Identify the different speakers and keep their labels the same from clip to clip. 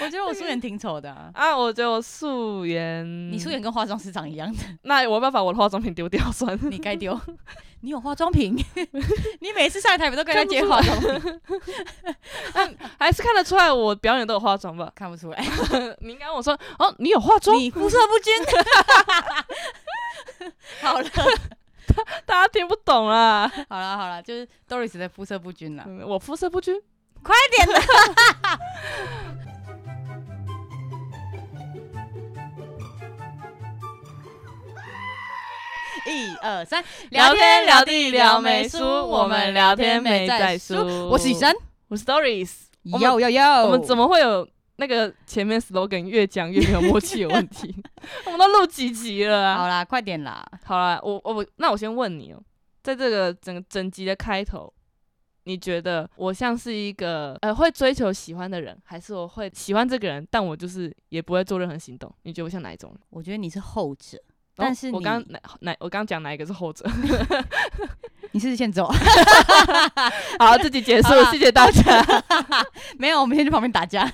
Speaker 1: 我觉得我素颜挺丑的、啊。
Speaker 2: 啊，我觉得我素颜，
Speaker 1: 你素，颜跟化妆师长一样的，
Speaker 2: 那我要不要把我的化妆品丢掉算 了？
Speaker 1: 你该丢。你有化妆品， 你每次上台不都跟人家 借化妆品？
Speaker 2: 嗯还是看得出来我表演都有化妆吧？
Speaker 1: 看不出来，
Speaker 2: 你应该问我说，哦，你有化妆？
Speaker 1: 你肤色不 均。好了，
Speaker 2: 大家听不懂 啊，
Speaker 1: 好了，好了，就是 Doris 的肤色不均了。
Speaker 2: 嗯我肤色不均。
Speaker 1: 快点啦！ 一二三，聊天聊地聊美术，我们聊天没在输。我哦是雨珊，
Speaker 2: 我是 Doris。我们
Speaker 1: 要要要，
Speaker 2: 我们怎
Speaker 1: 么
Speaker 2: 么会有那个前面 slogan 越讲越没有默契的 问题？我们都录几集了啊？
Speaker 1: 好啦？快点啦！
Speaker 2: 好啦，我我我，那我先问你哦，在这个整整集的开头，你觉得我像是一个呃会追求喜欢的人，还是我会喜欢这个人，但我就是也不会做任何行动？你觉得我像哪一种人？
Speaker 1: 我觉得你是后者，但是
Speaker 2: 哦、我
Speaker 1: 你
Speaker 2: 刚哪哪我刚讲哪一个是后者？
Speaker 1: 你是不是先走？
Speaker 2: 好，自己结束
Speaker 1: 好啦，
Speaker 2: 谢谢大家。
Speaker 1: 没有，我们先去旁边打架。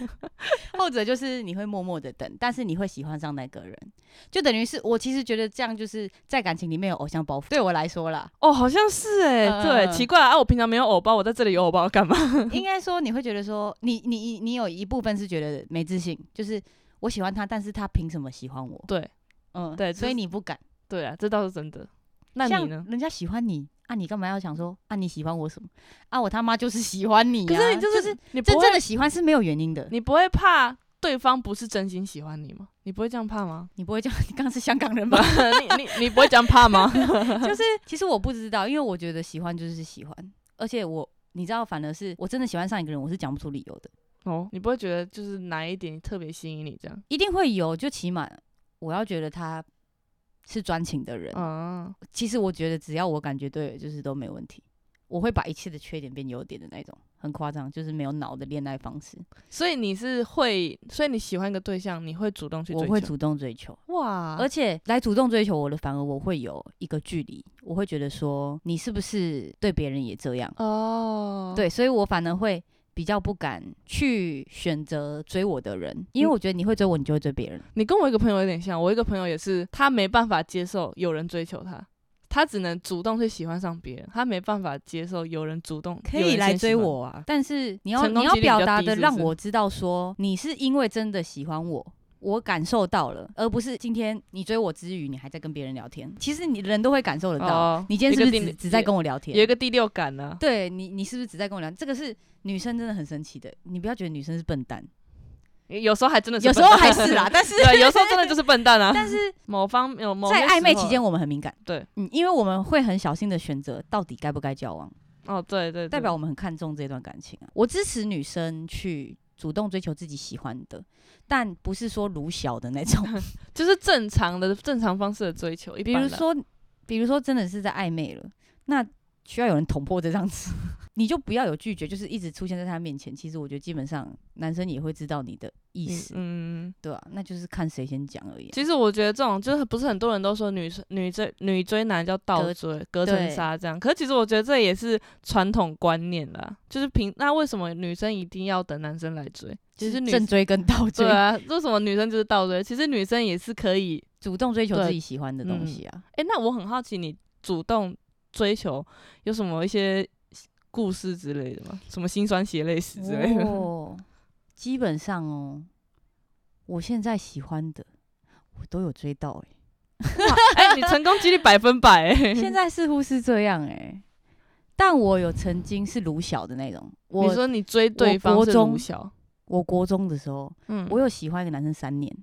Speaker 1: 后者就是你会默默的等，但是你会喜欢上那个人，就等于是我其实觉得这样就是在感情里面有偶像包袱。对我来说 啦，
Speaker 2: 哦，好像是哎、
Speaker 1: 嗯嗯
Speaker 2: 对，
Speaker 1: 嗯
Speaker 2: 奇怪啊，我平常没有偶包，我在这里有偶包干嘛？
Speaker 1: 应该说你会觉得说你你你有一部分是觉得没自信，就是我喜欢他，但是他凭什么喜欢我？
Speaker 2: 对
Speaker 1: 嗯，
Speaker 2: 对
Speaker 1: 所
Speaker 2: 就
Speaker 1: 以
Speaker 2: 是
Speaker 1: 你不敢。
Speaker 2: 对啊，这倒是真的。那你
Speaker 1: 像
Speaker 2: 呢？
Speaker 1: 人家喜欢你啊，你干嘛要想说啊你喜欢我什么啊？我他妈就是喜欢你、啊，
Speaker 2: 可是你就是、
Speaker 1: 是
Speaker 2: 你不
Speaker 1: 真
Speaker 2: 会
Speaker 1: 正的喜欢是没有原因的。
Speaker 2: 你不会怕对方不是真心喜欢你吗？你不会这样怕吗？
Speaker 1: 你不会叫 你刚刚是香港人吧？
Speaker 2: 你你你不会这样怕 吗？
Speaker 1: 就是其实我不知道，因为我觉得喜欢就是喜欢，而且我你知道，反而是我真的喜欢上一个人，我是讲不出理由的，
Speaker 2: 哦，你不会觉得就是哪一点特别吸引你这样？
Speaker 1: 一定会有，就起码我要觉得他是专情的人。
Speaker 2: 嗯，
Speaker 1: 其实我觉得只要我感觉对了，就是都没问题。我会把一切的缺点变优点的那种，很夸张，就是没有脑的恋爱方式，
Speaker 2: 所以你是会，所以你喜欢一个对象，你会主动去追
Speaker 1: 我
Speaker 2: 求？啊
Speaker 1: 会主动追求。
Speaker 2: 哇，
Speaker 1: 而且来主动追求我的，反而我会有一个距离，我会觉得说你是不是对别人也这样？
Speaker 2: 哦，，
Speaker 1: 对，所以我反而会比较不敢去选择追我的人，因为
Speaker 2: 嗯
Speaker 1: 我觉得你会追我，你就会追别人。
Speaker 2: 你跟我一个朋友有点像，我一个朋友也是，他没办法接受有人追求他。他只能主动去喜欢上别人，他没办法接受有人主动有人先喜欢。
Speaker 1: 啊！但是你要
Speaker 2: 成功
Speaker 1: 你要
Speaker 2: 几率比较
Speaker 1: 表达
Speaker 2: 低
Speaker 1: 的
Speaker 2: 是不
Speaker 1: 让
Speaker 2: 是
Speaker 1: 我知道说你是因为真的喜欢我。我感受到了，而不是今天你追我之余，你还在跟别人聊天。其实你人都会感受得到，
Speaker 2: 哦
Speaker 1: 你今天
Speaker 2: 有
Speaker 1: 是
Speaker 2: 一
Speaker 1: 不
Speaker 2: 个
Speaker 1: 是只
Speaker 2: 定
Speaker 1: 只在跟我聊
Speaker 2: 有一
Speaker 1: 天？
Speaker 2: 个第六感啊呢、
Speaker 1: 对你，你是不是只在跟我聊？这个是女生真的很神奇的，你不要觉得女生是笨蛋，
Speaker 2: 有时候还真的是
Speaker 1: 有
Speaker 2: 笨
Speaker 1: 时候
Speaker 2: 蛋，
Speaker 1: 还是啦，但是
Speaker 2: 对，有时候真的就是笨蛋 啊。
Speaker 1: 但是
Speaker 2: 某方有某
Speaker 1: 在
Speaker 2: 些
Speaker 1: 暧昧
Speaker 2: 时候
Speaker 1: 期间，我们很敏感，
Speaker 2: 对，
Speaker 1: 嗯，因为我们会很小心的选择到底该不该交往，
Speaker 2: 哦，对对对
Speaker 1: 代表我们很看重这段感情啊。我支持女生去主动追求自己喜欢的，但不是说鲁小的那 种，
Speaker 2: 就是正常的正常方式的追求。一
Speaker 1: 比
Speaker 2: 般
Speaker 1: 如
Speaker 2: 啦，嗯
Speaker 1: 说，比如说真的是在暧昧了，那需要有人捅破这张纸， 你就不要有拒绝，就是一直出现在他面前。其实我觉得基本上男生也会知道你的意
Speaker 2: 嗯
Speaker 1: 思，
Speaker 2: 嗯，
Speaker 1: 对啊，那就是看谁先讲而已啊。
Speaker 2: 其实我觉得这种就是不是很多人都说女生女追女追男叫倒
Speaker 1: 隔
Speaker 2: 追隔
Speaker 1: 对
Speaker 2: 层纱这样，可是其实我觉得这也是传统观念啦，就是平那为什么女生一定要等男生来追？其实女
Speaker 1: 正追跟倒追
Speaker 2: 对，啊，为什么女生就是倒追？其实女生也是可以。
Speaker 1: 主动追求
Speaker 2: 对
Speaker 1: 自己喜欢的东
Speaker 2: 嗯
Speaker 1: 西啊。
Speaker 2: 诶，那我很好奇，你主动追求有什么一些故事之类的吗？什么辛酸血泪 史之类的？
Speaker 1: 哦，基本上哦，我现在喜欢的我都有追到哎、
Speaker 2: 哎、你成功几率百分百、 欸。
Speaker 1: 现在似乎是这样哎、但我有曾经是鲁小的那种，
Speaker 2: 你
Speaker 1: 我
Speaker 2: 说你追对方
Speaker 1: 国
Speaker 2: 是
Speaker 1: 中
Speaker 2: 鲁小，
Speaker 1: 我国中的时候，
Speaker 2: 嗯
Speaker 1: 我有喜欢一个男生三年，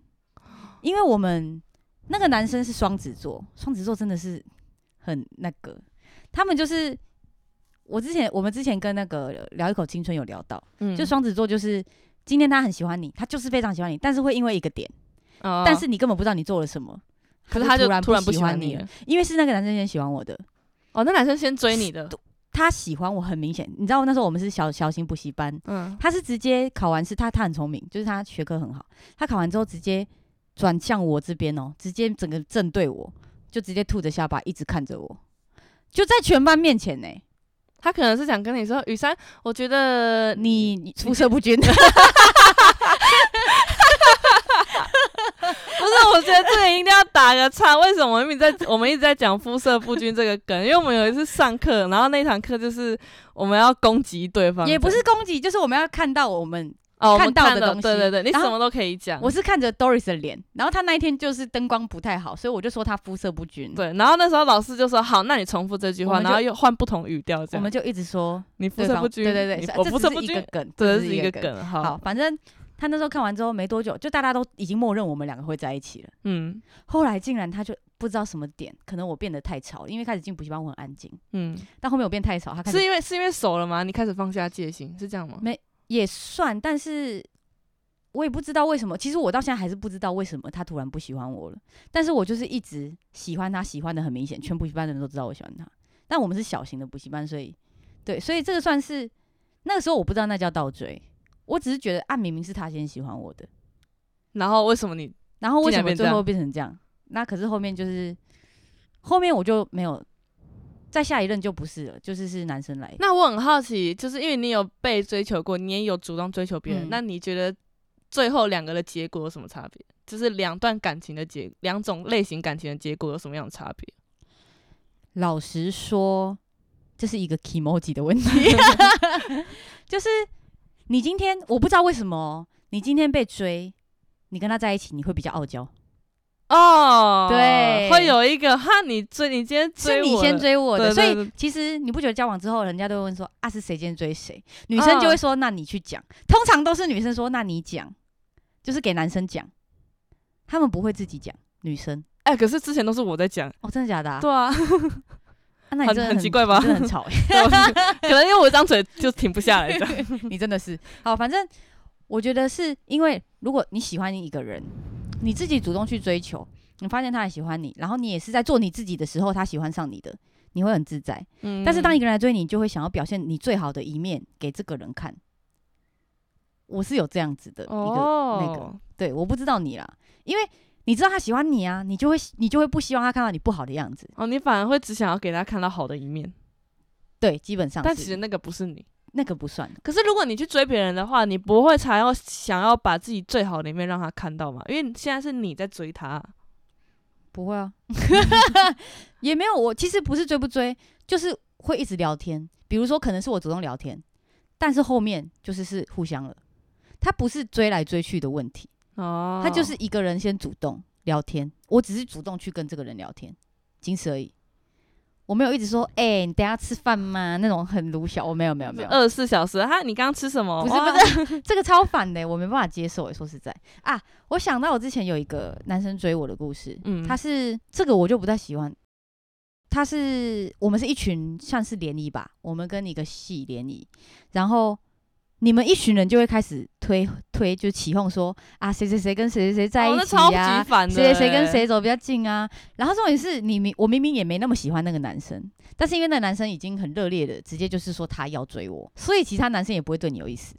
Speaker 1: 因为我们那个男生是双子座，双子座真的是很那个，他们就是我之前我们之前跟那个聊一口青春有聊到，
Speaker 2: 嗯
Speaker 1: 就双子座就是今天他很喜欢你，他就是非常喜欢你，但是会因为一个点。
Speaker 2: 哦
Speaker 1: 但是你根本不知道你做了什么。
Speaker 2: 可是他就
Speaker 1: 突然
Speaker 2: 突然
Speaker 1: 不
Speaker 2: 不
Speaker 1: 喜
Speaker 2: 喜
Speaker 1: 欢
Speaker 2: 欢
Speaker 1: 你
Speaker 2: 你
Speaker 1: 了
Speaker 2: 了，
Speaker 1: 因为是那个男生先喜欢我的，
Speaker 2: 哦，那男生先追你的，
Speaker 1: 他喜欢我很明显。你知道那时候我们是小小型补习班，
Speaker 2: 嗯，
Speaker 1: 他是直接考完试，他他很聪明，就是他学科很好，他考完之后直接转向我这边哦，直接整个正对我，就直接吐着下巴一直看着我，就在全班面前呢、
Speaker 2: 他可能是想跟你说，雨珊，我觉得
Speaker 1: 你你肤色不均，
Speaker 2: 打个岔，为什么我们一直在我们一直在讲肤色不均这个梗？因为我们有一次上课，然后那一堂课就是我们要攻击对方的，
Speaker 1: 也不是攻击，就是我们要看到我们，
Speaker 2: 哦，我
Speaker 1: 看
Speaker 2: 们
Speaker 1: 到的
Speaker 2: 了
Speaker 1: 东
Speaker 2: 对
Speaker 1: 西
Speaker 2: 对对，你
Speaker 1: 然
Speaker 2: 什
Speaker 1: 后
Speaker 2: 么都可以讲。
Speaker 1: 我是看着 Doris 的脸，然后她那一天就是灯光不太好，所以我就说她肤色不均。，
Speaker 2: 对，然后那时候老师就说：“好，那你重复这句
Speaker 1: 我
Speaker 2: 话，
Speaker 1: 们就
Speaker 2: 然后又换不同语调，这
Speaker 1: 我
Speaker 2: 样
Speaker 1: 们就一直说
Speaker 2: 你肤
Speaker 1: 对
Speaker 2: 色
Speaker 1: 方
Speaker 2: 不均，
Speaker 1: 对对对
Speaker 2: 你
Speaker 1: 是，
Speaker 2: 我
Speaker 1: 这
Speaker 2: 肤
Speaker 1: 只
Speaker 2: 色
Speaker 1: 是
Speaker 2: 不
Speaker 1: 一个
Speaker 2: 均，
Speaker 1: 梗，
Speaker 2: 这
Speaker 1: 只
Speaker 2: 是
Speaker 1: 一
Speaker 2: 个
Speaker 1: 梗。
Speaker 2: 梗。
Speaker 1: 好，
Speaker 2: 好，
Speaker 1: 反正他那时候看完之后没多久，就大家都已经默认我们两个会在一起了。
Speaker 2: 嗯
Speaker 1: 后来竟然他就不知道什么点，可能我变得太吵了，因为开始进补习班我很安静，
Speaker 2: 嗯，
Speaker 1: 但后面我变太吵，他开
Speaker 2: 是
Speaker 1: 始
Speaker 2: 因为是因为熟了吗？你开始放下戒心，是这样吗？
Speaker 1: 没也算，但是我也不知道为什么。其实我到现在还是不知道为什么他突然不喜欢我了，但是我就是一直喜欢他，喜欢的很明显，全补习班的人都知道我喜欢他。但我们是小型的补习班，所以对，所以这个算是那个时候我不知道那叫倒追，我只是觉得啊，明明是他先喜欢我的，
Speaker 2: 然后为什么你
Speaker 1: 然后为什
Speaker 2: 竟然
Speaker 1: 么
Speaker 2: 变
Speaker 1: 最后变成这样？那可是后面就是后面我就没有再下一任就不是了，就是是男生来。
Speaker 2: 那我很好奇，就是因为你有被追求过，你也有主动追求别人，
Speaker 1: 嗯
Speaker 2: 那你觉得最后两个的结果有什么差别？就是两段感情的结，两种类型感情的结果有什么样的差别？
Speaker 1: 老实说，这是一个 emoji 的 问题，就是你今天我不知道为什么哦你今天被追，你跟他在一起你会比较傲娇，
Speaker 2: 哦，
Speaker 1: 对
Speaker 2: 会有一个哈，你追，你今天追
Speaker 1: 是
Speaker 2: 我，
Speaker 1: 你先，追我的，
Speaker 2: 对
Speaker 1: 所
Speaker 2: 对对
Speaker 1: 以其实你不觉得交往之后人家都会问说啊是谁先追谁，女生
Speaker 2: 啊
Speaker 1: 就会说、那你去讲，通常都是女生说那你讲，就是给男生讲，他们不会自己讲，女生
Speaker 2: 哎、可是之前都是我在讲，
Speaker 1: 哦真的假的、啊？
Speaker 2: 对啊，
Speaker 1: 啊那你
Speaker 2: 很
Speaker 1: 真的
Speaker 2: 很奇怪吧
Speaker 1: 你真的很 吵、欸。
Speaker 2: 对我是 可能因为我张嘴就停不下来的，
Speaker 1: 你真的是好，反正我觉得是因为如果你喜欢一个人，你自己主动去追求，你发现他也喜欢你，然后你也是在做你自己的时候，他喜欢上你的，你会很自在。
Speaker 2: 嗯
Speaker 1: 但是当一个人来追你，你就会想要表现你最好的一面给这个人看。我是有这样子的一个、那个，
Speaker 2: 哦，
Speaker 1: 对，我不知道你啦，因为你知道他喜欢你啊，你就会你就会不希望他看到你不好的样子。
Speaker 2: 哦，你反而会只想要给大家看到好的一面，
Speaker 1: 对，基本上
Speaker 2: 但
Speaker 1: 是
Speaker 2: 其实那个不是你。
Speaker 1: 那个不算。
Speaker 2: 可是如果你去追别人的话，你不会才要想要把自己最好的一面让他看到嘛？因为现在是你在追他，啊
Speaker 1: 不会啊， 也没有。我其实不是追不追，就是会一直聊天。比如说，可能是我主动聊天，但是后面就是是互相了。他不是追来追去的问题，
Speaker 2: 哦
Speaker 1: 他就是一个人先主动聊天，我只是主动去跟这个人聊天，仅此而已。我没有一直说，哎、你等一下吃饭吗？那种很鲁小，我没有没有没有，
Speaker 2: 二十四小时。哈，你刚刚吃什么？
Speaker 1: 不是
Speaker 2: 哇
Speaker 1: 不，是，这个超反的，我没办法接受。说实在啊，我想到我之前有一个男生追我的故事，
Speaker 2: 嗯
Speaker 1: 他是这个我就不太喜欢。他是我们是一群像是联谊吧，我们跟一个系联谊，然后你们一群人就会开始推推，就起哄说啊谁谁谁跟谁谁谁在
Speaker 2: 哦
Speaker 1: 一
Speaker 2: 那
Speaker 1: 起
Speaker 2: 超
Speaker 1: 呀、
Speaker 2: 级烦的，
Speaker 1: 谁
Speaker 2: 欸
Speaker 1: 谁谁跟？谁走比较近啊？然后重点是你明我明明也没那么喜欢那个男生，但是因为那个男生已经很热烈的，直接就是说他要追我，所以其他男生也不会对你有意思。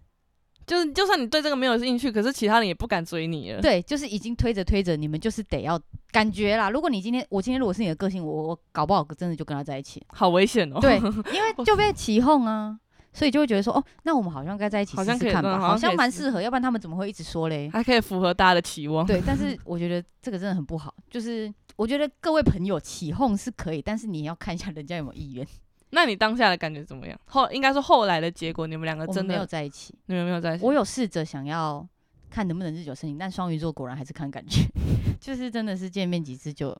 Speaker 2: 就是就算你对这个没有兴趣，可是其他人也不敢追你 了。，
Speaker 1: 对，就是已经推着推着，你们就是得要感觉啦。如果你今天我今天如果是你的个性，我我搞不好真的就跟他在一 起，
Speaker 2: 好危险哦。
Speaker 1: 对，因为就被起哄啊。所以就会觉得说，哦，那我们好像该在一起
Speaker 2: 好
Speaker 1: 试
Speaker 2: 像
Speaker 1: 试
Speaker 2: 可以
Speaker 1: 看吧，
Speaker 2: 嗯
Speaker 1: 好
Speaker 2: 好像可
Speaker 1: 像
Speaker 2: 以
Speaker 1: 蛮
Speaker 2: 试
Speaker 1: 适合，要不然他们怎么会一直说嘞？
Speaker 2: 还可以符合大家的期望。
Speaker 1: 对，但是我觉得这个真的很不好。就是我觉得各位朋友起哄是可以，但是你也要看一下人家有没有意愿。
Speaker 2: 那你当下的感觉怎么样？后应该说后来的结果，你们两个
Speaker 1: 我
Speaker 2: 真
Speaker 1: 们没有
Speaker 2: 的
Speaker 1: 在一起，
Speaker 2: 你们没有在一起？
Speaker 1: 我有试着想要看能不能日久生情，但双鱼座果然还是看感觉， 就是真的是见面几次就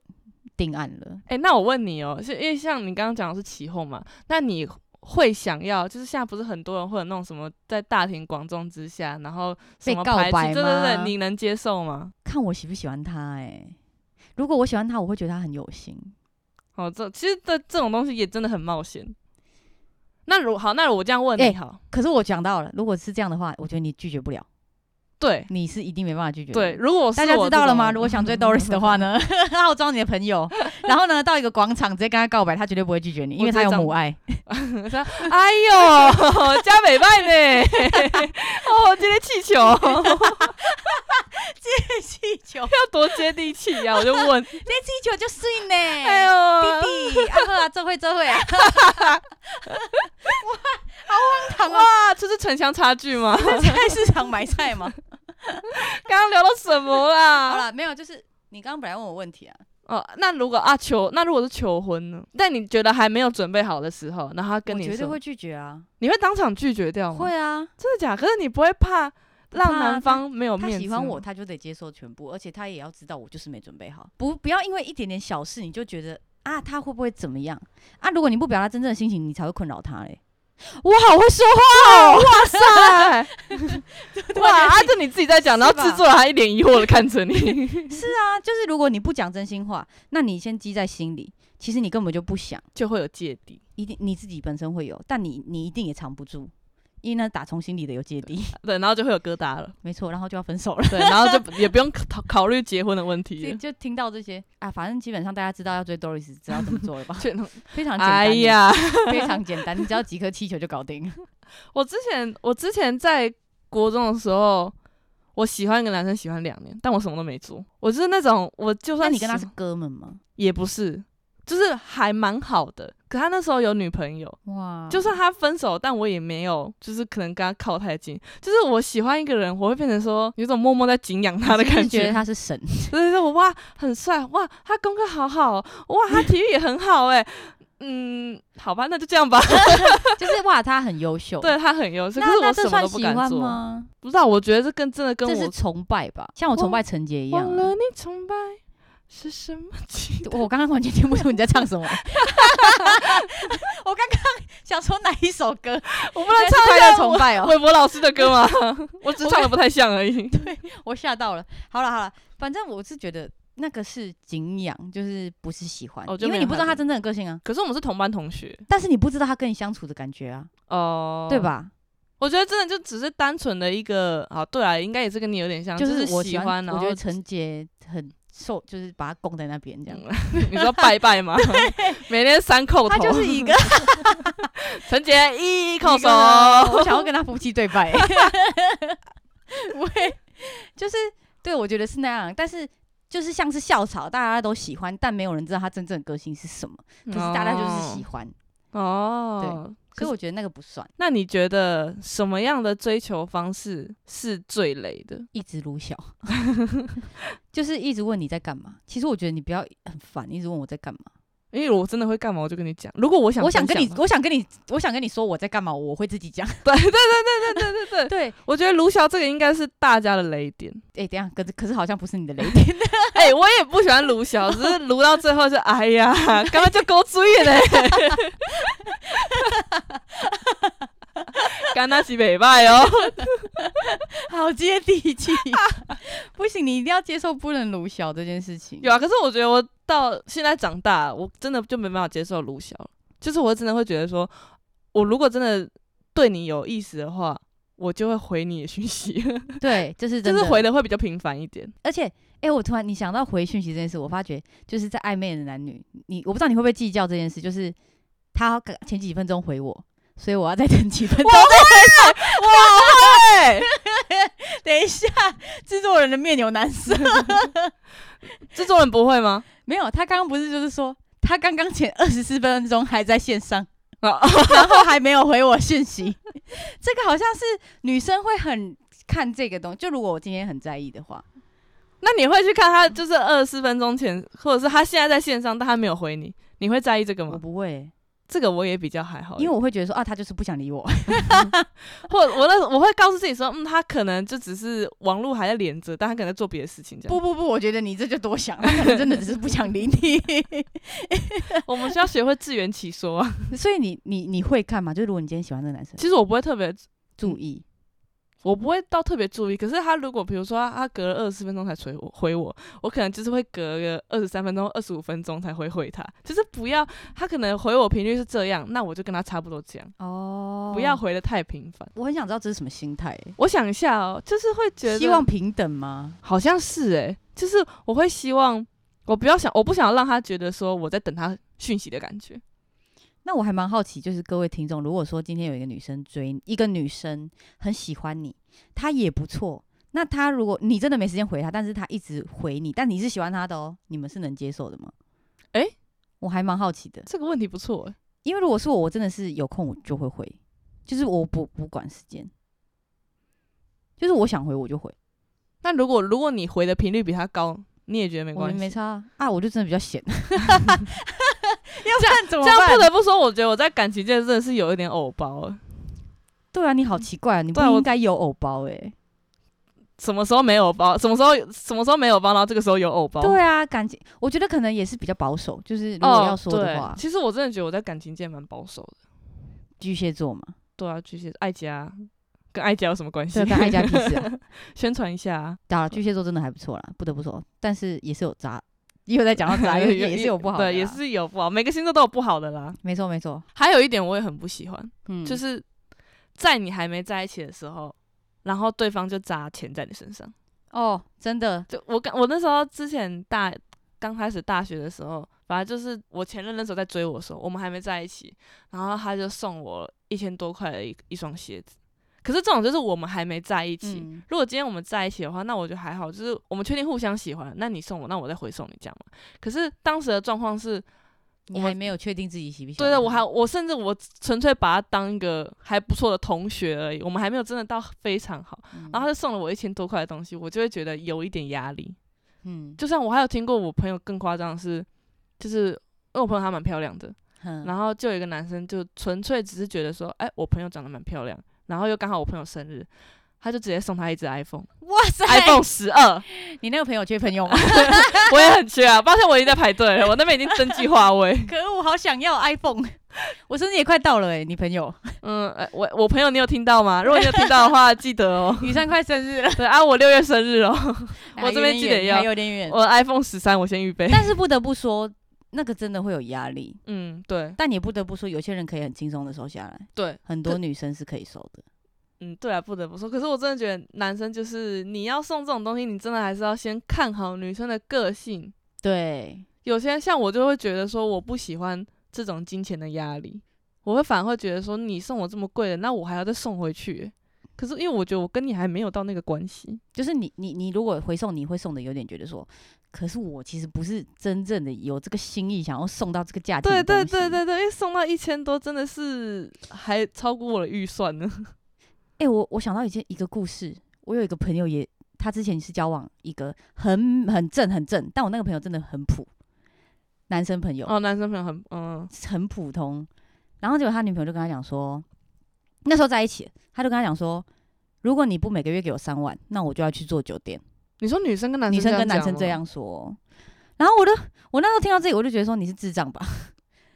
Speaker 1: 定案了。
Speaker 2: 哎、那我问你哦，是因为像你刚刚讲的是起哄嘛？那你会想要，就是现在不是很多人会有那种什么在大庭广众之下，然后什
Speaker 1: 被
Speaker 2: 么
Speaker 1: 告
Speaker 2: 排斥
Speaker 1: 白
Speaker 2: 对对对，
Speaker 1: 吗
Speaker 2: 你能接受吗？
Speaker 1: 看我喜不喜欢他哎、如果我喜欢他，我会觉得他很有心。
Speaker 2: 哦，这其实这这种东西也真的很冒险。那如好，那我这样问
Speaker 1: 诶
Speaker 2: 你好，
Speaker 1: 可是我讲到了，如果是这样的话，我觉得你拒绝不了，
Speaker 2: 对
Speaker 1: 你是一定没办法拒绝的。
Speaker 2: 对，如果是
Speaker 1: 大家
Speaker 2: 我
Speaker 1: 知
Speaker 2: 这
Speaker 1: 道了
Speaker 2: 种
Speaker 1: 吗？
Speaker 2: 人
Speaker 1: 如果想追 Doris 的话呢，号召你的朋友，然后呢，到一个广场直接跟他告白，他绝对不会拒绝你，因为他有母爱。
Speaker 2: 说哎呦， 加美拜呢，哦，今天气球 要
Speaker 1: 气球，
Speaker 2: 多接地气呀、我就 问，
Speaker 1: 气球就碎呢。
Speaker 2: 哎呦，
Speaker 1: 弟弟，啊好啊，这会这会 啊，哇，好荒唐哦！
Speaker 2: 哇，这是城乡差距吗？
Speaker 1: 在市场买菜吗？
Speaker 2: 刚刚聊到什么
Speaker 1: 好
Speaker 2: 啦？
Speaker 1: 了，没有，就是你刚刚本来问我问题啊，
Speaker 2: 哦，那如果啊求，那如果是求婚呢？在你觉得还没有准备好的时候，然后他跟
Speaker 1: 我
Speaker 2: 你
Speaker 1: 绝对
Speaker 2: 说，
Speaker 1: 会拒绝啊，
Speaker 2: 你会当场拒绝掉吗？
Speaker 1: 会啊，
Speaker 2: 真的假的？可是你不会怕让
Speaker 1: 怕啊
Speaker 2: 男方没有
Speaker 1: 他
Speaker 2: 面子？
Speaker 1: 喜欢我，，他就得接受全部，而且他也要知道我就是没准备好，不不要因为一点点小事你就觉得啊他会不会怎么样啊？如果你不表达真正的心情，你才会困扰他嘞。我好会说话哦，
Speaker 2: 哇塞， 哇，
Speaker 1: 哇
Speaker 2: 啊，就你自己在讲，然后
Speaker 1: 是吧
Speaker 2: 制作人还一脸疑惑的看 着你，
Speaker 1: 啊，就是如果你不讲真心话，那你先积在心里，其实你根本就不想，
Speaker 2: 就会有芥蒂。
Speaker 1: 一定你自己本身会有，但你你一定也藏不住，因为那打从心里的有芥蒂，
Speaker 2: 对，然后就会有疙瘩了。
Speaker 1: 没错，然后就要分 手了。
Speaker 2: 对，然后就 也不用考考虑结婚的问
Speaker 1: 就
Speaker 2: 题了。？
Speaker 1: 就听到这些啊，反正基本上大家知道要追 Doris 知道怎么做了吧
Speaker 2: 就
Speaker 1: 非常简单，
Speaker 2: 哎，呀，
Speaker 1: 非常简单，你只要几颗气球就搞定。
Speaker 2: 我之前我之前在国中的时候，我喜欢一个男生喜欢两年，但我什么都没做。我就是那种我就
Speaker 1: 那
Speaker 2: 算
Speaker 1: 你跟他
Speaker 2: 喜
Speaker 1: 是哥们吗？
Speaker 2: 也不是，就是还蛮好的。可他那时候有女朋
Speaker 1: 哦
Speaker 2: 友，
Speaker 1: 哇，
Speaker 2: 就算他分手，但我也没有，就是可能跟他靠太近。就是我喜欢一个人，我会变成说有种默默在敬仰他的
Speaker 1: 就是
Speaker 2: 感
Speaker 1: 觉
Speaker 2: 觉
Speaker 1: 得。他是 神，
Speaker 2: 就是说哇，很帅哇，他功课好好哦，哇，他体育也很好哎、嗯，好吧，那就这样吧。
Speaker 1: 就是哇，他很优秀。，
Speaker 2: 对他很优秀，
Speaker 1: 那
Speaker 2: 可是
Speaker 1: 那
Speaker 2: 我
Speaker 1: 这
Speaker 2: 什么
Speaker 1: 算
Speaker 2: 都不
Speaker 1: 喜
Speaker 2: 敢
Speaker 1: 欢
Speaker 2: 做。
Speaker 1: 吗？
Speaker 2: 不知道，我觉得这跟真的跟
Speaker 1: 啊这是
Speaker 2: 我
Speaker 1: 崇拜吧，像我崇
Speaker 2: 忘
Speaker 1: 拜陈杰一样
Speaker 2: 忘了
Speaker 1: 啊。
Speaker 2: 你崇拜是什么情？
Speaker 1: 我刚刚完全听不出你在唱什么。 我刚刚想说哪一首歌？
Speaker 2: 我不
Speaker 1: 不
Speaker 2: 能
Speaker 1: 是
Speaker 2: 唱一
Speaker 1: 快乐
Speaker 2: 下
Speaker 1: 崇
Speaker 2: 我
Speaker 1: 拜哦，
Speaker 2: 韦伯老师的 歌吗？我只唱的不太像而已。
Speaker 1: 我吓到了。好了好了，反正我是觉得那个是敬仰，就是不是喜欢，
Speaker 2: 哦就
Speaker 1: 因为
Speaker 2: 没有
Speaker 1: 你不知道
Speaker 2: 他
Speaker 1: 他
Speaker 2: 的
Speaker 1: 真正的个性啊，
Speaker 2: 可是我们是同班同学
Speaker 1: 但是你不知道他跟你相处的感觉啊，
Speaker 2: 哦，
Speaker 1: 对？吧？
Speaker 2: 我觉得真的就只是单纯的一个啊，对啊，应该也是跟你有点像，
Speaker 1: 就是我
Speaker 2: 喜
Speaker 1: 欢，
Speaker 2: 然
Speaker 1: 我
Speaker 2: 后
Speaker 1: 觉得陈杰很受，就是把他供在那边这样。
Speaker 2: 嗯 你说拜 拜吗？每天三叩头，
Speaker 1: 他就是一个
Speaker 2: 陈杰 一叩手。
Speaker 1: 我想要跟他夫妻对拜。 不会，就是对我觉得是那样，但是就是像是校草，大家都喜欢，但没有人知道他真正的个性是什么，可是大家就是喜欢，
Speaker 2: 哦。
Speaker 1: 所以
Speaker 2: 可是
Speaker 1: 我觉得那个不算，
Speaker 2: 那你觉得什么样的追求方式是最累的？
Speaker 1: 一直撸小， 就是一直问你在干嘛。其实我觉得你不要很烦，一直问我在干嘛。
Speaker 2: 因为我真的会干嘛，我就跟你讲。如果我想
Speaker 1: 我
Speaker 2: 分
Speaker 1: 想
Speaker 2: 享的
Speaker 1: 跟
Speaker 2: 话，
Speaker 1: 你，我想跟你，我想跟你说我在干嘛，我会自己讲。
Speaker 2: 对对对对对对对对，
Speaker 1: 对，
Speaker 2: 我觉得卢晓这个应该是大家的雷点。
Speaker 1: 哎、等一下，可是可是好像不是你的雷点，
Speaker 2: 哎、我也不喜欢卢晓，只是卢到最后就哎呀，刚刚就勾注意嘞。干那几北拜哦，
Speaker 1: 好接地 气。不行，你一定要接受不能鲁小这件事情。
Speaker 2: 有啊，可是我觉得我到现在长大，我真的就没办法接受卢晓了。就是我真的会觉得说，我如果真的对你有意思的话，我就会回你的讯息，
Speaker 1: 对，这是真
Speaker 2: 就
Speaker 1: 的。
Speaker 2: 是回的会比较频繁一点。
Speaker 1: 而且，哎、我突然你想到回讯息这件事，我发觉就是在暧昧的男女，你我不知道你会不会计较这件事，就是他前几分钟回我，所以我要再等几分钟。
Speaker 2: 啊对，
Speaker 1: 等一下，制作人的面有难色。
Speaker 2: 制作人不会吗？
Speaker 1: 没有，他刚刚不是就是说他刚刚前二十四分钟还在线上，
Speaker 2: 啊，
Speaker 1: 然后还没有回我讯息。 这个好像是女生会很看这个东西，就如果我今天很在意的话，
Speaker 2: 那你会去看他就是二十四分钟前，或者是他现在在线上，但他没有回你，你会在意这个
Speaker 1: 我
Speaker 2: 吗？
Speaker 1: 不会，
Speaker 2: 这个我也比较还好一
Speaker 1: 因
Speaker 2: 点，
Speaker 1: 为我会觉得说啊，他就是不想理我。
Speaker 2: 或我那我会告诉自己说，嗯，他可能就只是网络还在连着，但他可能在做别的事情这 样。
Speaker 1: 不不不，我觉得你这就多想，他可能真的只是不想理 你。
Speaker 2: 我们需要学会自圆其说啊。
Speaker 1: 所以你你你会看吗？就如果你今天喜欢这个男生，
Speaker 2: 其实我不会特别，
Speaker 1: 注意，
Speaker 2: 我不会到特别注意。可是他如果比如说他他隔了二十分钟才回我回我，我可能就是会隔个二十三分钟、二十五分钟才会回他。就是不要他可能回我频率是这样，那我就跟他差不多这样，
Speaker 1: 哦
Speaker 2: 不要。回的太频繁。
Speaker 1: 我很想知道这是什么心态欸、
Speaker 2: 我想一下哦，就是会觉得
Speaker 1: 希望平等吗？
Speaker 2: 好像是诶、
Speaker 1: 欸
Speaker 2: 就是我会希望我不要想，我不想让他觉得说我在等他讯息的感觉。
Speaker 1: 那我还蛮好奇，就是各位听众，如果说今天有一个女生追你一个女生，很喜欢你，她也不错。那她如果你真的没时间回她，但是她一直回你，但你是喜欢她的哦，你们是能接受的吗？
Speaker 2: 诶
Speaker 1: 我还蛮好奇的，
Speaker 2: 这个问题不错、欸，
Speaker 1: 因为如果是我，我真的是有空我就会回，就是我不不管时间，就是我想回我就回。
Speaker 2: 那如果如果你回的频率比他高，你也觉得没
Speaker 1: 我
Speaker 2: 关
Speaker 1: 们
Speaker 2: 系，
Speaker 1: 没差啊啊，我就真的比较闲，要 不
Speaker 2: 这样
Speaker 1: 然怎么
Speaker 2: 这样
Speaker 1: 办
Speaker 2: 不得不说，我觉得我在感情界真的是有一点偶包了。
Speaker 1: 对啊，你好奇怪啊，你不
Speaker 2: 对啊我
Speaker 1: 应该有偶包哎、
Speaker 2: 什么时候没有偶包？什么时候什么时候没有偶包？然后这个时候有偶包？
Speaker 1: 对啊，感情我觉得可能也是比较保守，就是如果
Speaker 2: 哦，
Speaker 1: 要说的话
Speaker 2: 对，，其实我真的觉得我在感情界蛮保守的。
Speaker 1: 巨蟹座 嘛，
Speaker 2: 对啊，巨蟹爱家跟爱家有什么关系？
Speaker 1: 这跟爱家屁事啊。
Speaker 2: 宣传一下、啊，
Speaker 1: 打了巨蟹座真的还不错啦，不得不说，但是也是有渣，也有在 讲到渣，也也是有不好的啦，
Speaker 2: 对，也是有不好，每个星座都有不好的啦。
Speaker 1: 没错没错，
Speaker 2: 还有一点我也很不喜欢，
Speaker 1: 嗯，
Speaker 2: 就是在你还没在一起的时候，然后对方就砸钱在你身上。
Speaker 1: 哦，真的，
Speaker 2: 就我刚我那时候之前大刚开始大学的时候，反正就是我前任那时候在追我的时候，我们还没在一起，然后他就送我一千多块的一一双鞋子。可是这种就是我们还没在一起。
Speaker 1: 嗯，
Speaker 2: 如果今天我们在一起的话，那我觉得还好，就是我们确定互相喜欢，那你送我，那我再回送你这样嘛。可是当时的状况是，
Speaker 1: 你还没有确定自己喜不喜欢
Speaker 2: 对
Speaker 1: 他，
Speaker 2: 对，我还我甚至我纯粹把他当一个还不错的同学而已，我们还没有真的到非常好。
Speaker 1: 嗯，
Speaker 2: 然后他就送了我一千多块的东西，我就会觉得有一点压力。
Speaker 1: 嗯，
Speaker 2: 就像我还有听过我朋友更夸张的是，就是因为我朋友她蛮漂亮的，
Speaker 1: 然
Speaker 2: 然后就有一个男生就纯粹只是觉得说，哎、我朋友长得蛮漂亮，然后又刚好我朋友生日，他就直接送她一只 iPhone，iPhone
Speaker 1: 哇塞
Speaker 2: 十二，
Speaker 1: 你那个朋友缺朋 友吗？
Speaker 2: 我也很缺啊，抱歉我已经在排队了，我那边已经登记话位。
Speaker 1: 可恶，好想要 iPhone，我生日也快到了哎、你朋 友，
Speaker 2: 嗯，哎、我我朋友你有听到吗？如果你有听到的话，记得哦。
Speaker 1: 雨珊快生日 了，
Speaker 2: 对啊，我六月生日哦， 我
Speaker 1: 还有
Speaker 2: 这边
Speaker 1: 点
Speaker 2: 记得
Speaker 1: 远
Speaker 2: 要哦
Speaker 1: 还有点远，
Speaker 2: 我 iPhone 十三我先预备。
Speaker 1: 但是不得不说，那个真的会有压力，
Speaker 2: 嗯，对
Speaker 1: 但也不得不说，有些人可以很轻松的收下来，
Speaker 2: 对，
Speaker 1: 很多女生是可以收的。
Speaker 2: 嗯，对啊，不得不说，可是我真的觉得男生就是你要送这种东西，你真的还是要先看好女生的个性。
Speaker 1: 对，
Speaker 2: 有些像我就会觉得说，我不喜欢这种金钱的压力，我会反而会觉得说，你送我这么贵的，那我还要再送回去欸。可是因为我觉得我跟你还没有到那个关系，
Speaker 1: 就是你你你如果回送，你会送的有点觉得说，可是我其实不是真正的有这个心意想要送到这个价钱。
Speaker 2: 对对对。对对，因为送到一千多真的是还超过我的预算 呢。
Speaker 1: 哎、我我想到一件一个故事，我有一个朋友也，他之前是交往一个很很正很正，但我那个朋友真的很普，男生朋友、
Speaker 2: 哦，男生朋友很嗯
Speaker 1: 很普通，然后结果他女朋友就跟他讲说，那时候在一起，他就跟他讲说，如果你不每个月给我三万，那我就要去做酒店。
Speaker 2: 你说女生跟男生
Speaker 1: 女生跟男
Speaker 2: 讲
Speaker 1: 生这
Speaker 2: 吗，
Speaker 1: 样说。然后我就我那时候听到这里，我就觉得说你是智障吧，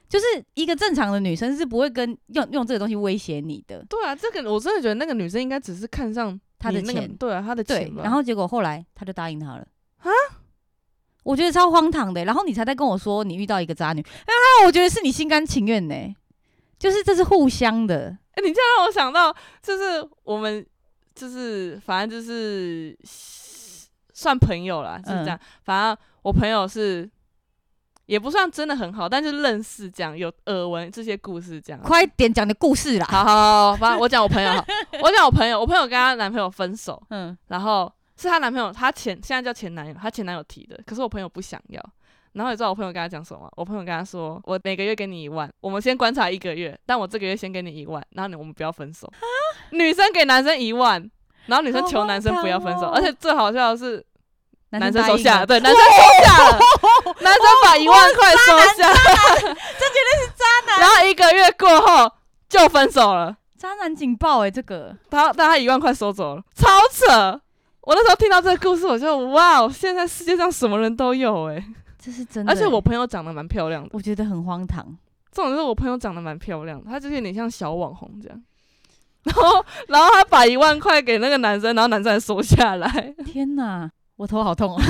Speaker 1: 就是一个正常的女生是不会跟用用这个东西威胁你的。
Speaker 2: 对啊，这个我真的觉得那个女生应该只是看上
Speaker 1: 她的
Speaker 2: 你那个
Speaker 1: 钱
Speaker 2: 对啊，她的钱
Speaker 1: 对，
Speaker 2: 吧
Speaker 1: 然后结果后来他就答应她了啊。 我觉得超荒唐的、然后你才在跟我说你遇到一个渣女，啊，我觉得是你心甘情愿呢、就是这是互相的，
Speaker 2: 哎、你这样让我想到，就是我们就是反正就是算朋友啦，就是这样。反正我朋友是也不算真的很好，但是认识这样，有耳闻这些故事这样。
Speaker 1: 快点讲你的故事啦。
Speaker 2: 好好好，好反正我讲我朋友 好，我讲我朋友，我朋友跟她男朋友分手，
Speaker 1: 嗯，
Speaker 2: 然后是她男朋友，她前现在叫前男友，她前男友提的，可是我朋友不想要。然后你知道我朋友跟她讲什么吗？我朋友跟她说，我每个月给你一万，我们先观察一个月，但我这个月先给你一万，然后你我们不要分手。女生给男生一万，然后女生
Speaker 1: 好
Speaker 2: 求
Speaker 1: 荒
Speaker 2: 男生不要分手，
Speaker 1: 唐哦
Speaker 2: 而且最好笑的是男生
Speaker 1: 答
Speaker 2: 收
Speaker 1: 应
Speaker 2: 下
Speaker 1: 了
Speaker 2: 了，对，男生收下了，哦男生把一万块收下，这绝对是渣 男。然后一个月过后就分手了。
Speaker 1: 渣男警报哎、这个
Speaker 2: 他但他一万块收走了，超扯！我那时候听到这个故事，我就哇哦，现在世界上什么人都有哎、
Speaker 1: 这是真的
Speaker 2: 而
Speaker 1: 欸、
Speaker 2: 且我朋友长得蛮漂亮的，
Speaker 1: 我觉得很荒 唐。
Speaker 2: 这种就是我朋友长得蛮漂亮的，她就是有点像小网红这样。然后，然后他把一万块给那个男生，然后男生还收下来，
Speaker 1: 天哪，我头好痛哦、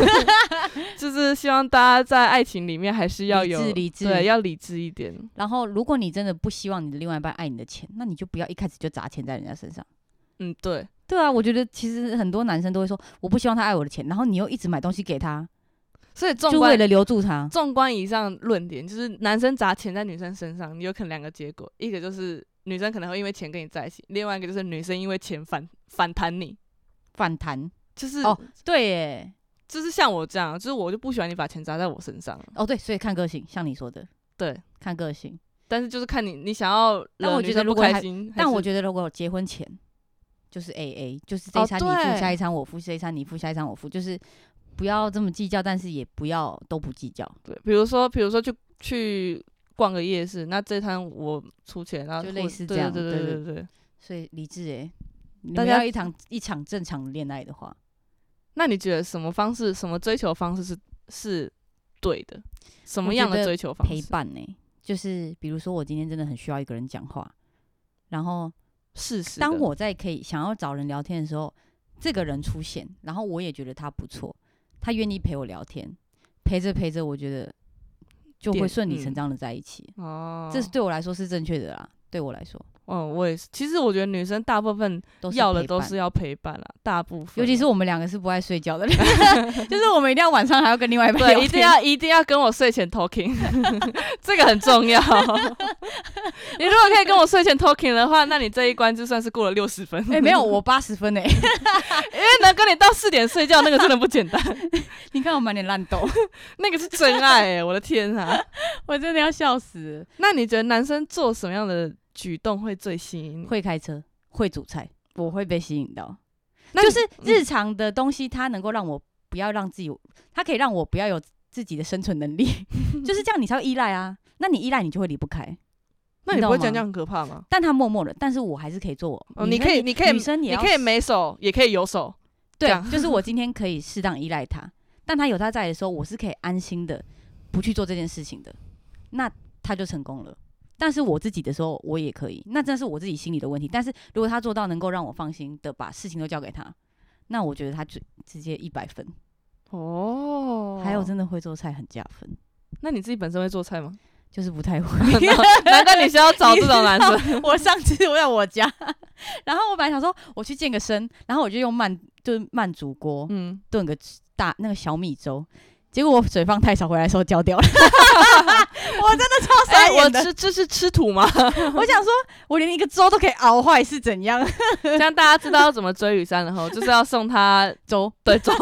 Speaker 2: 就是希望大家在爱情里面还是要有
Speaker 1: 理智理智
Speaker 2: 对，要理智一点。
Speaker 1: 然后，如果你真的不希望你的另外一半爱你的钱，那你就不要一开始就砸钱在人家身上。
Speaker 2: 嗯，对，
Speaker 1: 对啊，我觉得其实很多男生都会说，我不希望他爱我的钱，然后你又一直买东西给他，
Speaker 2: 所以纵
Speaker 1: 就为
Speaker 2: 观
Speaker 1: 了留住他。
Speaker 2: 纵观以上论点，就是男生砸钱在女生身上，你有可能两个结果，一个就是女生可能会因为钱跟你在一起，另外一个就是女生因为钱反反弹你，
Speaker 1: 反弹，
Speaker 2: 就是、
Speaker 1: 哦对耶，
Speaker 2: 就是像我这样，就是我就不喜欢你把钱砸在我身上，
Speaker 1: 哦对，所以看个性，像你说的，
Speaker 2: 对，
Speaker 1: 看个性。
Speaker 2: 但是就是看你你想要
Speaker 1: 但
Speaker 2: 惹
Speaker 1: 我
Speaker 2: 女
Speaker 1: 觉得
Speaker 2: 生
Speaker 1: 如
Speaker 2: 不
Speaker 1: 果
Speaker 2: 开
Speaker 1: 还
Speaker 2: 心，
Speaker 1: 但我
Speaker 2: 得
Speaker 1: 觉得如果结婚前就是 A A，就是这
Speaker 2: 哦
Speaker 1: 一餐你付，
Speaker 2: 对
Speaker 1: 下一餐我付，这一餐你付，下一餐我付，就是不要这么计较，但是也不要都不计较，
Speaker 2: 对，比如说，比如说去去逛个夜市，那这摊我出钱，然后
Speaker 1: 就类
Speaker 2: 或
Speaker 1: 似
Speaker 2: 对
Speaker 1: 这样
Speaker 2: 对
Speaker 1: 对
Speaker 2: 对
Speaker 1: 对
Speaker 2: 对对。
Speaker 1: 所以理智哎、你
Speaker 2: 大
Speaker 1: 们
Speaker 2: 家
Speaker 1: 要一场一场正常的恋爱的话，
Speaker 2: 那你觉得什么方式、什么追求方式是是对的？什
Speaker 1: 我
Speaker 2: 么
Speaker 1: 觉
Speaker 2: 样的
Speaker 1: 得
Speaker 2: 追求方
Speaker 1: 陪
Speaker 2: 式？
Speaker 1: 伴呢、就是比如说我今天真的很需要一个人讲话，然后
Speaker 2: 事实的。
Speaker 1: 当我在可以想要找人聊天的时候，这个人出现，然后我也觉得他不错，他愿意陪我聊天，陪着陪着，我觉得就会
Speaker 2: 点
Speaker 1: 顺理成
Speaker 2: 嗯
Speaker 1: 章的在一起。
Speaker 2: 哦，
Speaker 1: 这是对我来说是正确的啦，对我来说
Speaker 2: 哦，我也是。其实我觉得女生大部分
Speaker 1: 都是
Speaker 2: 要
Speaker 1: 陪
Speaker 2: 的都
Speaker 1: 伴
Speaker 2: 是要陪伴啦，大部分啊，
Speaker 1: 尤其是我们两个是不爱睡觉的人， 就是我们一定要晚上还要跟另外 一半聊天
Speaker 2: 对，一定要一定要跟我睡前 talking，这个很重 要。你如果可以跟我睡前 talking 的话，那你这一关就算是过了六十分。
Speaker 1: 哎、没有，我八十分哎、
Speaker 2: 因为能跟你到四点睡觉，那个真的不简 单，
Speaker 1: 你看我满脸烂痘，
Speaker 2: 那个是真爱哎、我的天啊！
Speaker 1: 我真的要笑死了。
Speaker 2: 那你觉得男生做什么样的举动会最吸引你？
Speaker 1: 会开车，会煮菜，我会被吸引到。
Speaker 2: 那
Speaker 1: 就
Speaker 2: 你嗯
Speaker 1: 是日常的东西，它能够让我不要让自己，它可以让我不要有自己的生存 能力，就是这样，你才会依赖啊。那你依赖，你就会离不开。
Speaker 2: 那你不会
Speaker 1: 你
Speaker 2: 觉
Speaker 1: 懂吗
Speaker 2: 得这样很可怕吗？
Speaker 1: 但他默默的，但是我还是可以做我。
Speaker 2: 哦
Speaker 1: 女
Speaker 2: 你
Speaker 1: 生
Speaker 2: 可以
Speaker 1: 也
Speaker 2: 你可以
Speaker 1: 女生也
Speaker 2: 你
Speaker 1: 要
Speaker 2: 可以没手，也可以有手。这样
Speaker 1: 对，就是我今天可以适当依赖他，但他有他在的时候，我是可以安心的不去做这件事情的，那他就成功了。但是我自己的时候，我也可以，那这是我自己心里的问题。但是如果他做到能够让我放心的把事情都交给他，那我觉得他就直接一百分。
Speaker 2: 哦
Speaker 1: 还有真的会做菜很加分，
Speaker 2: 那你自己本身会做 菜吗？
Speaker 1: 就是不太会。
Speaker 2: 难怪你需要找这种男生。
Speaker 1: 生。我上次我在我家， 然后我本来想说我去健个身，然后我就用慢就是慢煮锅，
Speaker 2: 嗯，
Speaker 1: 炖个大那个小米粥，结果我水放太少，回来的时候焦 掉了。我真的超傻
Speaker 2: 哎，我
Speaker 1: 眼的，
Speaker 2: 吃这是吃土 吗？
Speaker 1: 我想说，我连一个粥都可以熬坏是怎样？
Speaker 2: 这样大家知道要怎么追雨山了后，就是要送他
Speaker 1: 粥
Speaker 2: 对 粥，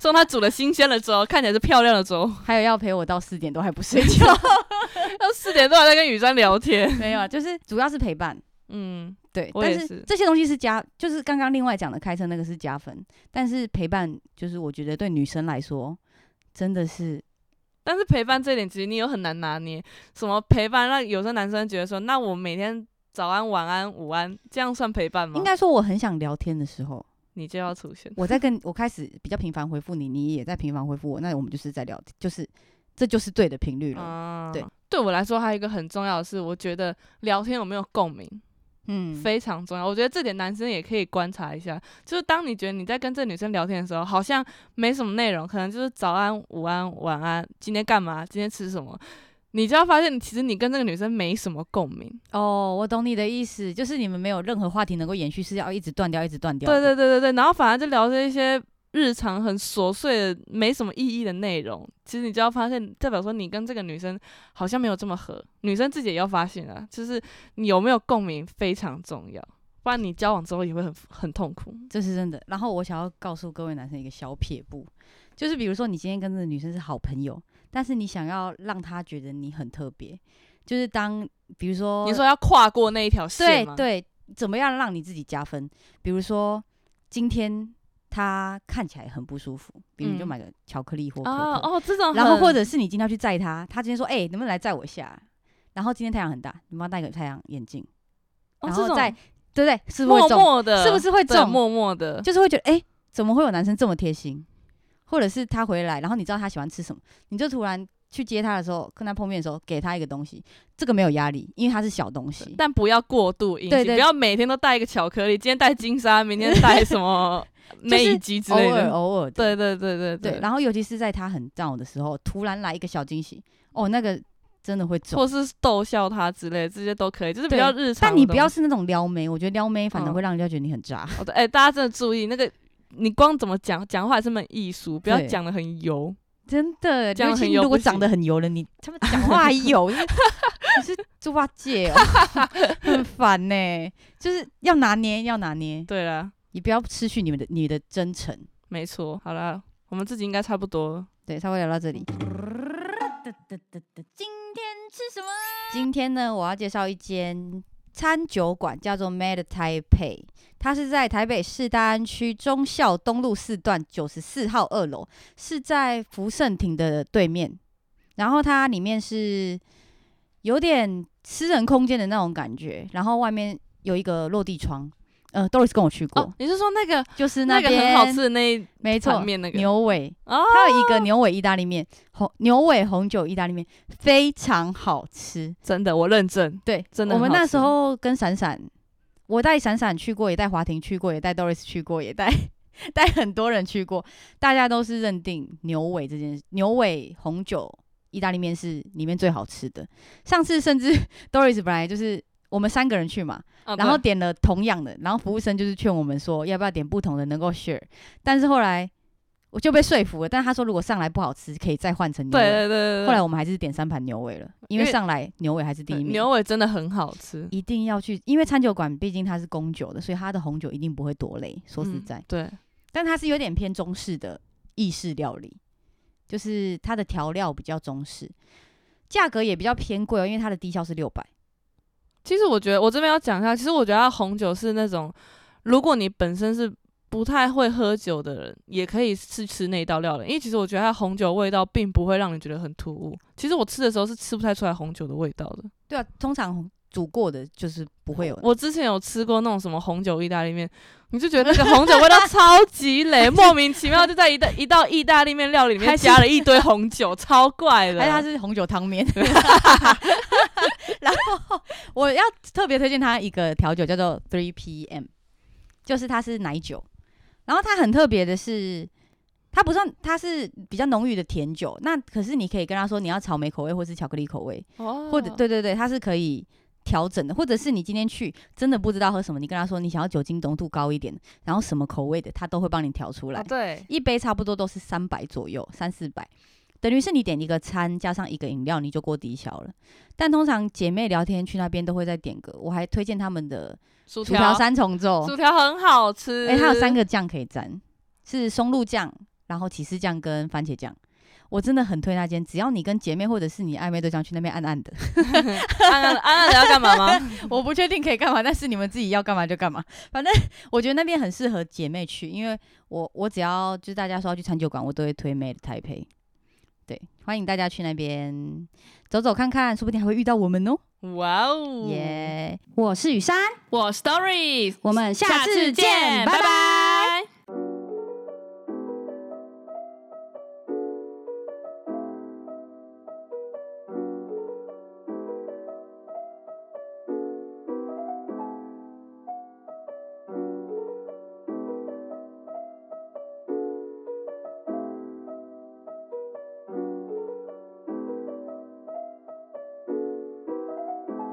Speaker 2: 送他煮的新鲜的粥，看起来是漂亮的粥。
Speaker 1: 还有要陪我到四点都还不睡觉，
Speaker 2: 要四点多还在跟雨山聊天。
Speaker 1: 没有，啊，就是主要是陪伴。
Speaker 2: 嗯，
Speaker 1: 对，
Speaker 2: 我
Speaker 1: 但
Speaker 2: 也
Speaker 1: 是
Speaker 2: 是
Speaker 1: 这些东西是加，就是刚刚另外讲的开车那个是加分，但是陪伴就是我觉得对女生来说真的是
Speaker 2: 但是陪伴这一点其实你又很难拿捏。什么陪伴？让有些男生觉得说，那我每天早安、晚安、午安，这样算陪伴吗？
Speaker 1: 应该说我很想聊天的时候，
Speaker 2: 你就要出现。
Speaker 1: 我在跟我开始比较频繁回复你，你也在频繁回复我，那我们就是在聊，就是这就是对的频率了。
Speaker 2: 啊
Speaker 1: 对，
Speaker 2: 对我来说还有一个很重要的是，我觉得聊天有没有共鸣、
Speaker 1: 嗯，
Speaker 2: 非常重要。我觉得这点男生也可以观察一下，就是当你觉得你在跟这女生聊天的时候，好像没什么内容，可能就是早安、午安、晚安，今天干嘛，今天吃什么，你就要发现其实你跟这个女生没什么共鸣。
Speaker 1: 哦，我懂你的意思，就是你们没有任何话题能够延续，是要一直断掉，一直断掉。
Speaker 2: 对对，对对对，然后反而就聊这一些日常很琐碎的、没什么意义的内容。其实你就要发现，代表说你跟这个女生好像没有这么合。女生自己也要发现啊，就是你有没有共鸣非常重要，不然你交往之后也会很很痛苦。
Speaker 1: 这是真的。然后我想要告诉各位男生一个小撇步，就是比如说你今天跟这个女生是好朋友，但是你想要让她觉得你很特别，就是当比如说，
Speaker 2: 你说要跨过那一条线
Speaker 1: 对
Speaker 2: 吗？，
Speaker 1: 对，怎么样让你自己加分？比如说今天她看起来很不舒服，比如你就
Speaker 2: 嗯
Speaker 1: 买个巧克力或可
Speaker 2: 哦
Speaker 1: 可，
Speaker 2: 哦，这种很，
Speaker 1: 然后或者是你今天要去载他，他今天说，哎、能不能来载我一下？然后今天太阳很大，你帮他戴个太阳眼镜，
Speaker 2: 哦
Speaker 1: 然
Speaker 2: 这
Speaker 1: 后
Speaker 2: 种
Speaker 1: 再对不对？是不是
Speaker 2: 默
Speaker 1: 会中？
Speaker 2: 默的，
Speaker 1: 是不是会
Speaker 2: 对
Speaker 1: 中
Speaker 2: 默默的，
Speaker 1: 就是会觉得，哎、怎么会有男生这么贴心？或者是他回来，然后你知道他喜欢吃什么，你就突然去接他的时候，跟他碰面的时候，给他一个东西，这个没有压力，因为它是小东西。
Speaker 2: 但不要过度引起，
Speaker 1: 对对
Speaker 2: 不要每天都带一个巧克力，今天带金沙，明天带什么
Speaker 1: 就是
Speaker 2: 内衣之
Speaker 1: 偶
Speaker 2: 类
Speaker 1: 尔
Speaker 2: 的。
Speaker 1: 偶尔的
Speaker 2: 对对对对
Speaker 1: 对，然后尤其是在他很 down 的时候，突然来一个小惊喜，哦，那个真的会中。
Speaker 2: 或是逗笑他之类，这些都可以，就是比
Speaker 1: 对
Speaker 2: 较日常的东西。
Speaker 1: 但你不要是那种撩妹，我觉得撩妹反而
Speaker 2: 嗯
Speaker 1: 会让人家觉得你很渣。
Speaker 2: 哦，对，哎、大家真的注意那个，你光怎么讲讲话还是门艺术，不要
Speaker 1: 对
Speaker 2: 讲的很油。
Speaker 1: 真的，
Speaker 2: 这样
Speaker 1: 尤其
Speaker 2: 很
Speaker 1: 你
Speaker 2: 油
Speaker 1: 如果
Speaker 2: 不
Speaker 1: 长
Speaker 2: 行
Speaker 1: 得很油了，你他们讲话还油，就是你是猪八戒哦， 很烦呢、就是要拿捏，要拿捏，
Speaker 2: 对啦，
Speaker 1: 也不要失去你们的你的真诚。
Speaker 2: 没错。好啦，我们自己应该差不多了。
Speaker 1: 对，稍微聊到这里。
Speaker 3: 今天吃什么？
Speaker 1: 今天呢，我要介绍一间餐酒馆，叫做 Mad Taipei，它是在台北市大安区忠孝东路四段九十四号二楼，是在福盛亭的对面。然后它里面是有点私人空间的那种感觉，然后外面有一个落地窗。呃，Doris 跟我去过，
Speaker 2: 哦，你是说那个
Speaker 1: 就是
Speaker 2: 那个
Speaker 1: 边
Speaker 2: 很好吃的那一
Speaker 1: 没错
Speaker 2: 盘，面那个？
Speaker 1: 牛尾，
Speaker 2: 哦，
Speaker 1: 它有一个牛尾意大利面，红牛尾红酒意大利面非常好吃。
Speaker 2: 真的，我认证。
Speaker 1: 对，
Speaker 2: 真的
Speaker 1: 我
Speaker 2: 很
Speaker 1: 们
Speaker 2: 好
Speaker 1: 那
Speaker 2: 吃
Speaker 1: 时候跟闪闪，我带闪闪去过，也带华婷去过，也带 Doris 去过，也带 带很多人去过，大家都是认定牛尾这件事，牛尾红酒意大利面是里面最好吃的。上次甚至 Doris 本来就是我们三个人去嘛，
Speaker 2: 啊
Speaker 1: 然后
Speaker 2: 对
Speaker 1: 点了同样的，然后服务生就是劝我们说要不要点不同的能够 share，但是后来我就被说服了，但他说如果上来不好吃，可以再换成牛
Speaker 2: 对
Speaker 1: 尾。
Speaker 2: 对对对，
Speaker 1: 后来我们还是点三盘牛尾了，因为
Speaker 2: 因为
Speaker 1: 上来牛尾还是第
Speaker 2: 对
Speaker 1: 一名。
Speaker 2: 牛尾真的很好吃。
Speaker 1: 一定要去，因为餐酒馆毕竟它是供酒的，所以它的红酒一定不会多累。说实
Speaker 2: 嗯
Speaker 1: 在，
Speaker 2: 对，
Speaker 1: 但它是有点偏中式的意式料理，就是它的调料比较中式，价格也比较偏贵哦，因为它的低消是六百。
Speaker 2: 其实我觉得我这边要讲一下，其实我觉得它红酒是那种，如果你本身是不太会喝酒的人，也可以试吃那一道料理，因为其实我觉得它红酒味道并不会让你觉得很突兀。其实我吃的时候是吃不太出来红酒的味道的。
Speaker 1: 对啊，通常煮过的就是不会有。
Speaker 2: 我之前有吃过那种什么红酒意大利面，你就觉得那个红酒味道超 级雷，莫名其妙就在一道一道意大利面料理里面
Speaker 1: 还是
Speaker 2: 加了一堆红酒，超怪的。
Speaker 1: 而且它是红酒汤面。 然后我要特别推荐它一个调酒叫做 Three PM，就是它是奶酒，然后它很特别的是。它不算，它是比较浓郁的甜酒。那可是你可以跟他说你要草莓口味，或是巧克力口味，
Speaker 2: 哦
Speaker 1: 或者对对对，它是可以调整的。或者是你今天去真的不知道喝什么，你跟他说你想要酒精浓度高一点，然后什么口味的，他都会帮你调出来。
Speaker 2: 啊对，
Speaker 1: 一杯差不多都是三百左右，三四百，等于是你点一个餐加上一个饮料，你就过低消了。但通常姐妹聊天去那边都会再点个，我还推荐他们的
Speaker 2: 薯
Speaker 1: 薯条三重奏，
Speaker 2: 薯条很好吃。
Speaker 1: 哎、它有三个酱可以蘸，是松露酱，然后起司酱跟番茄酱。我真的很推那间，只要你跟姐妹或者是你暧昧对象去那边暗暗的，
Speaker 2: 安安安安的要干 嘛吗？
Speaker 1: 我不确定可以干嘛，但是你们自己要干嘛就干嘛。反正 我觉得那边很适合姐妹去，因为我我只要就是大家说要去餐酒馆，我都会推 Made 台北。对，欢迎大家去那边走走看看，说不定还会遇到我们哦。
Speaker 2: 哇哦！
Speaker 1: 耶、我是雨珊，
Speaker 2: 我 stories，
Speaker 1: 我们下次见，拜拜。
Speaker 2: 拜。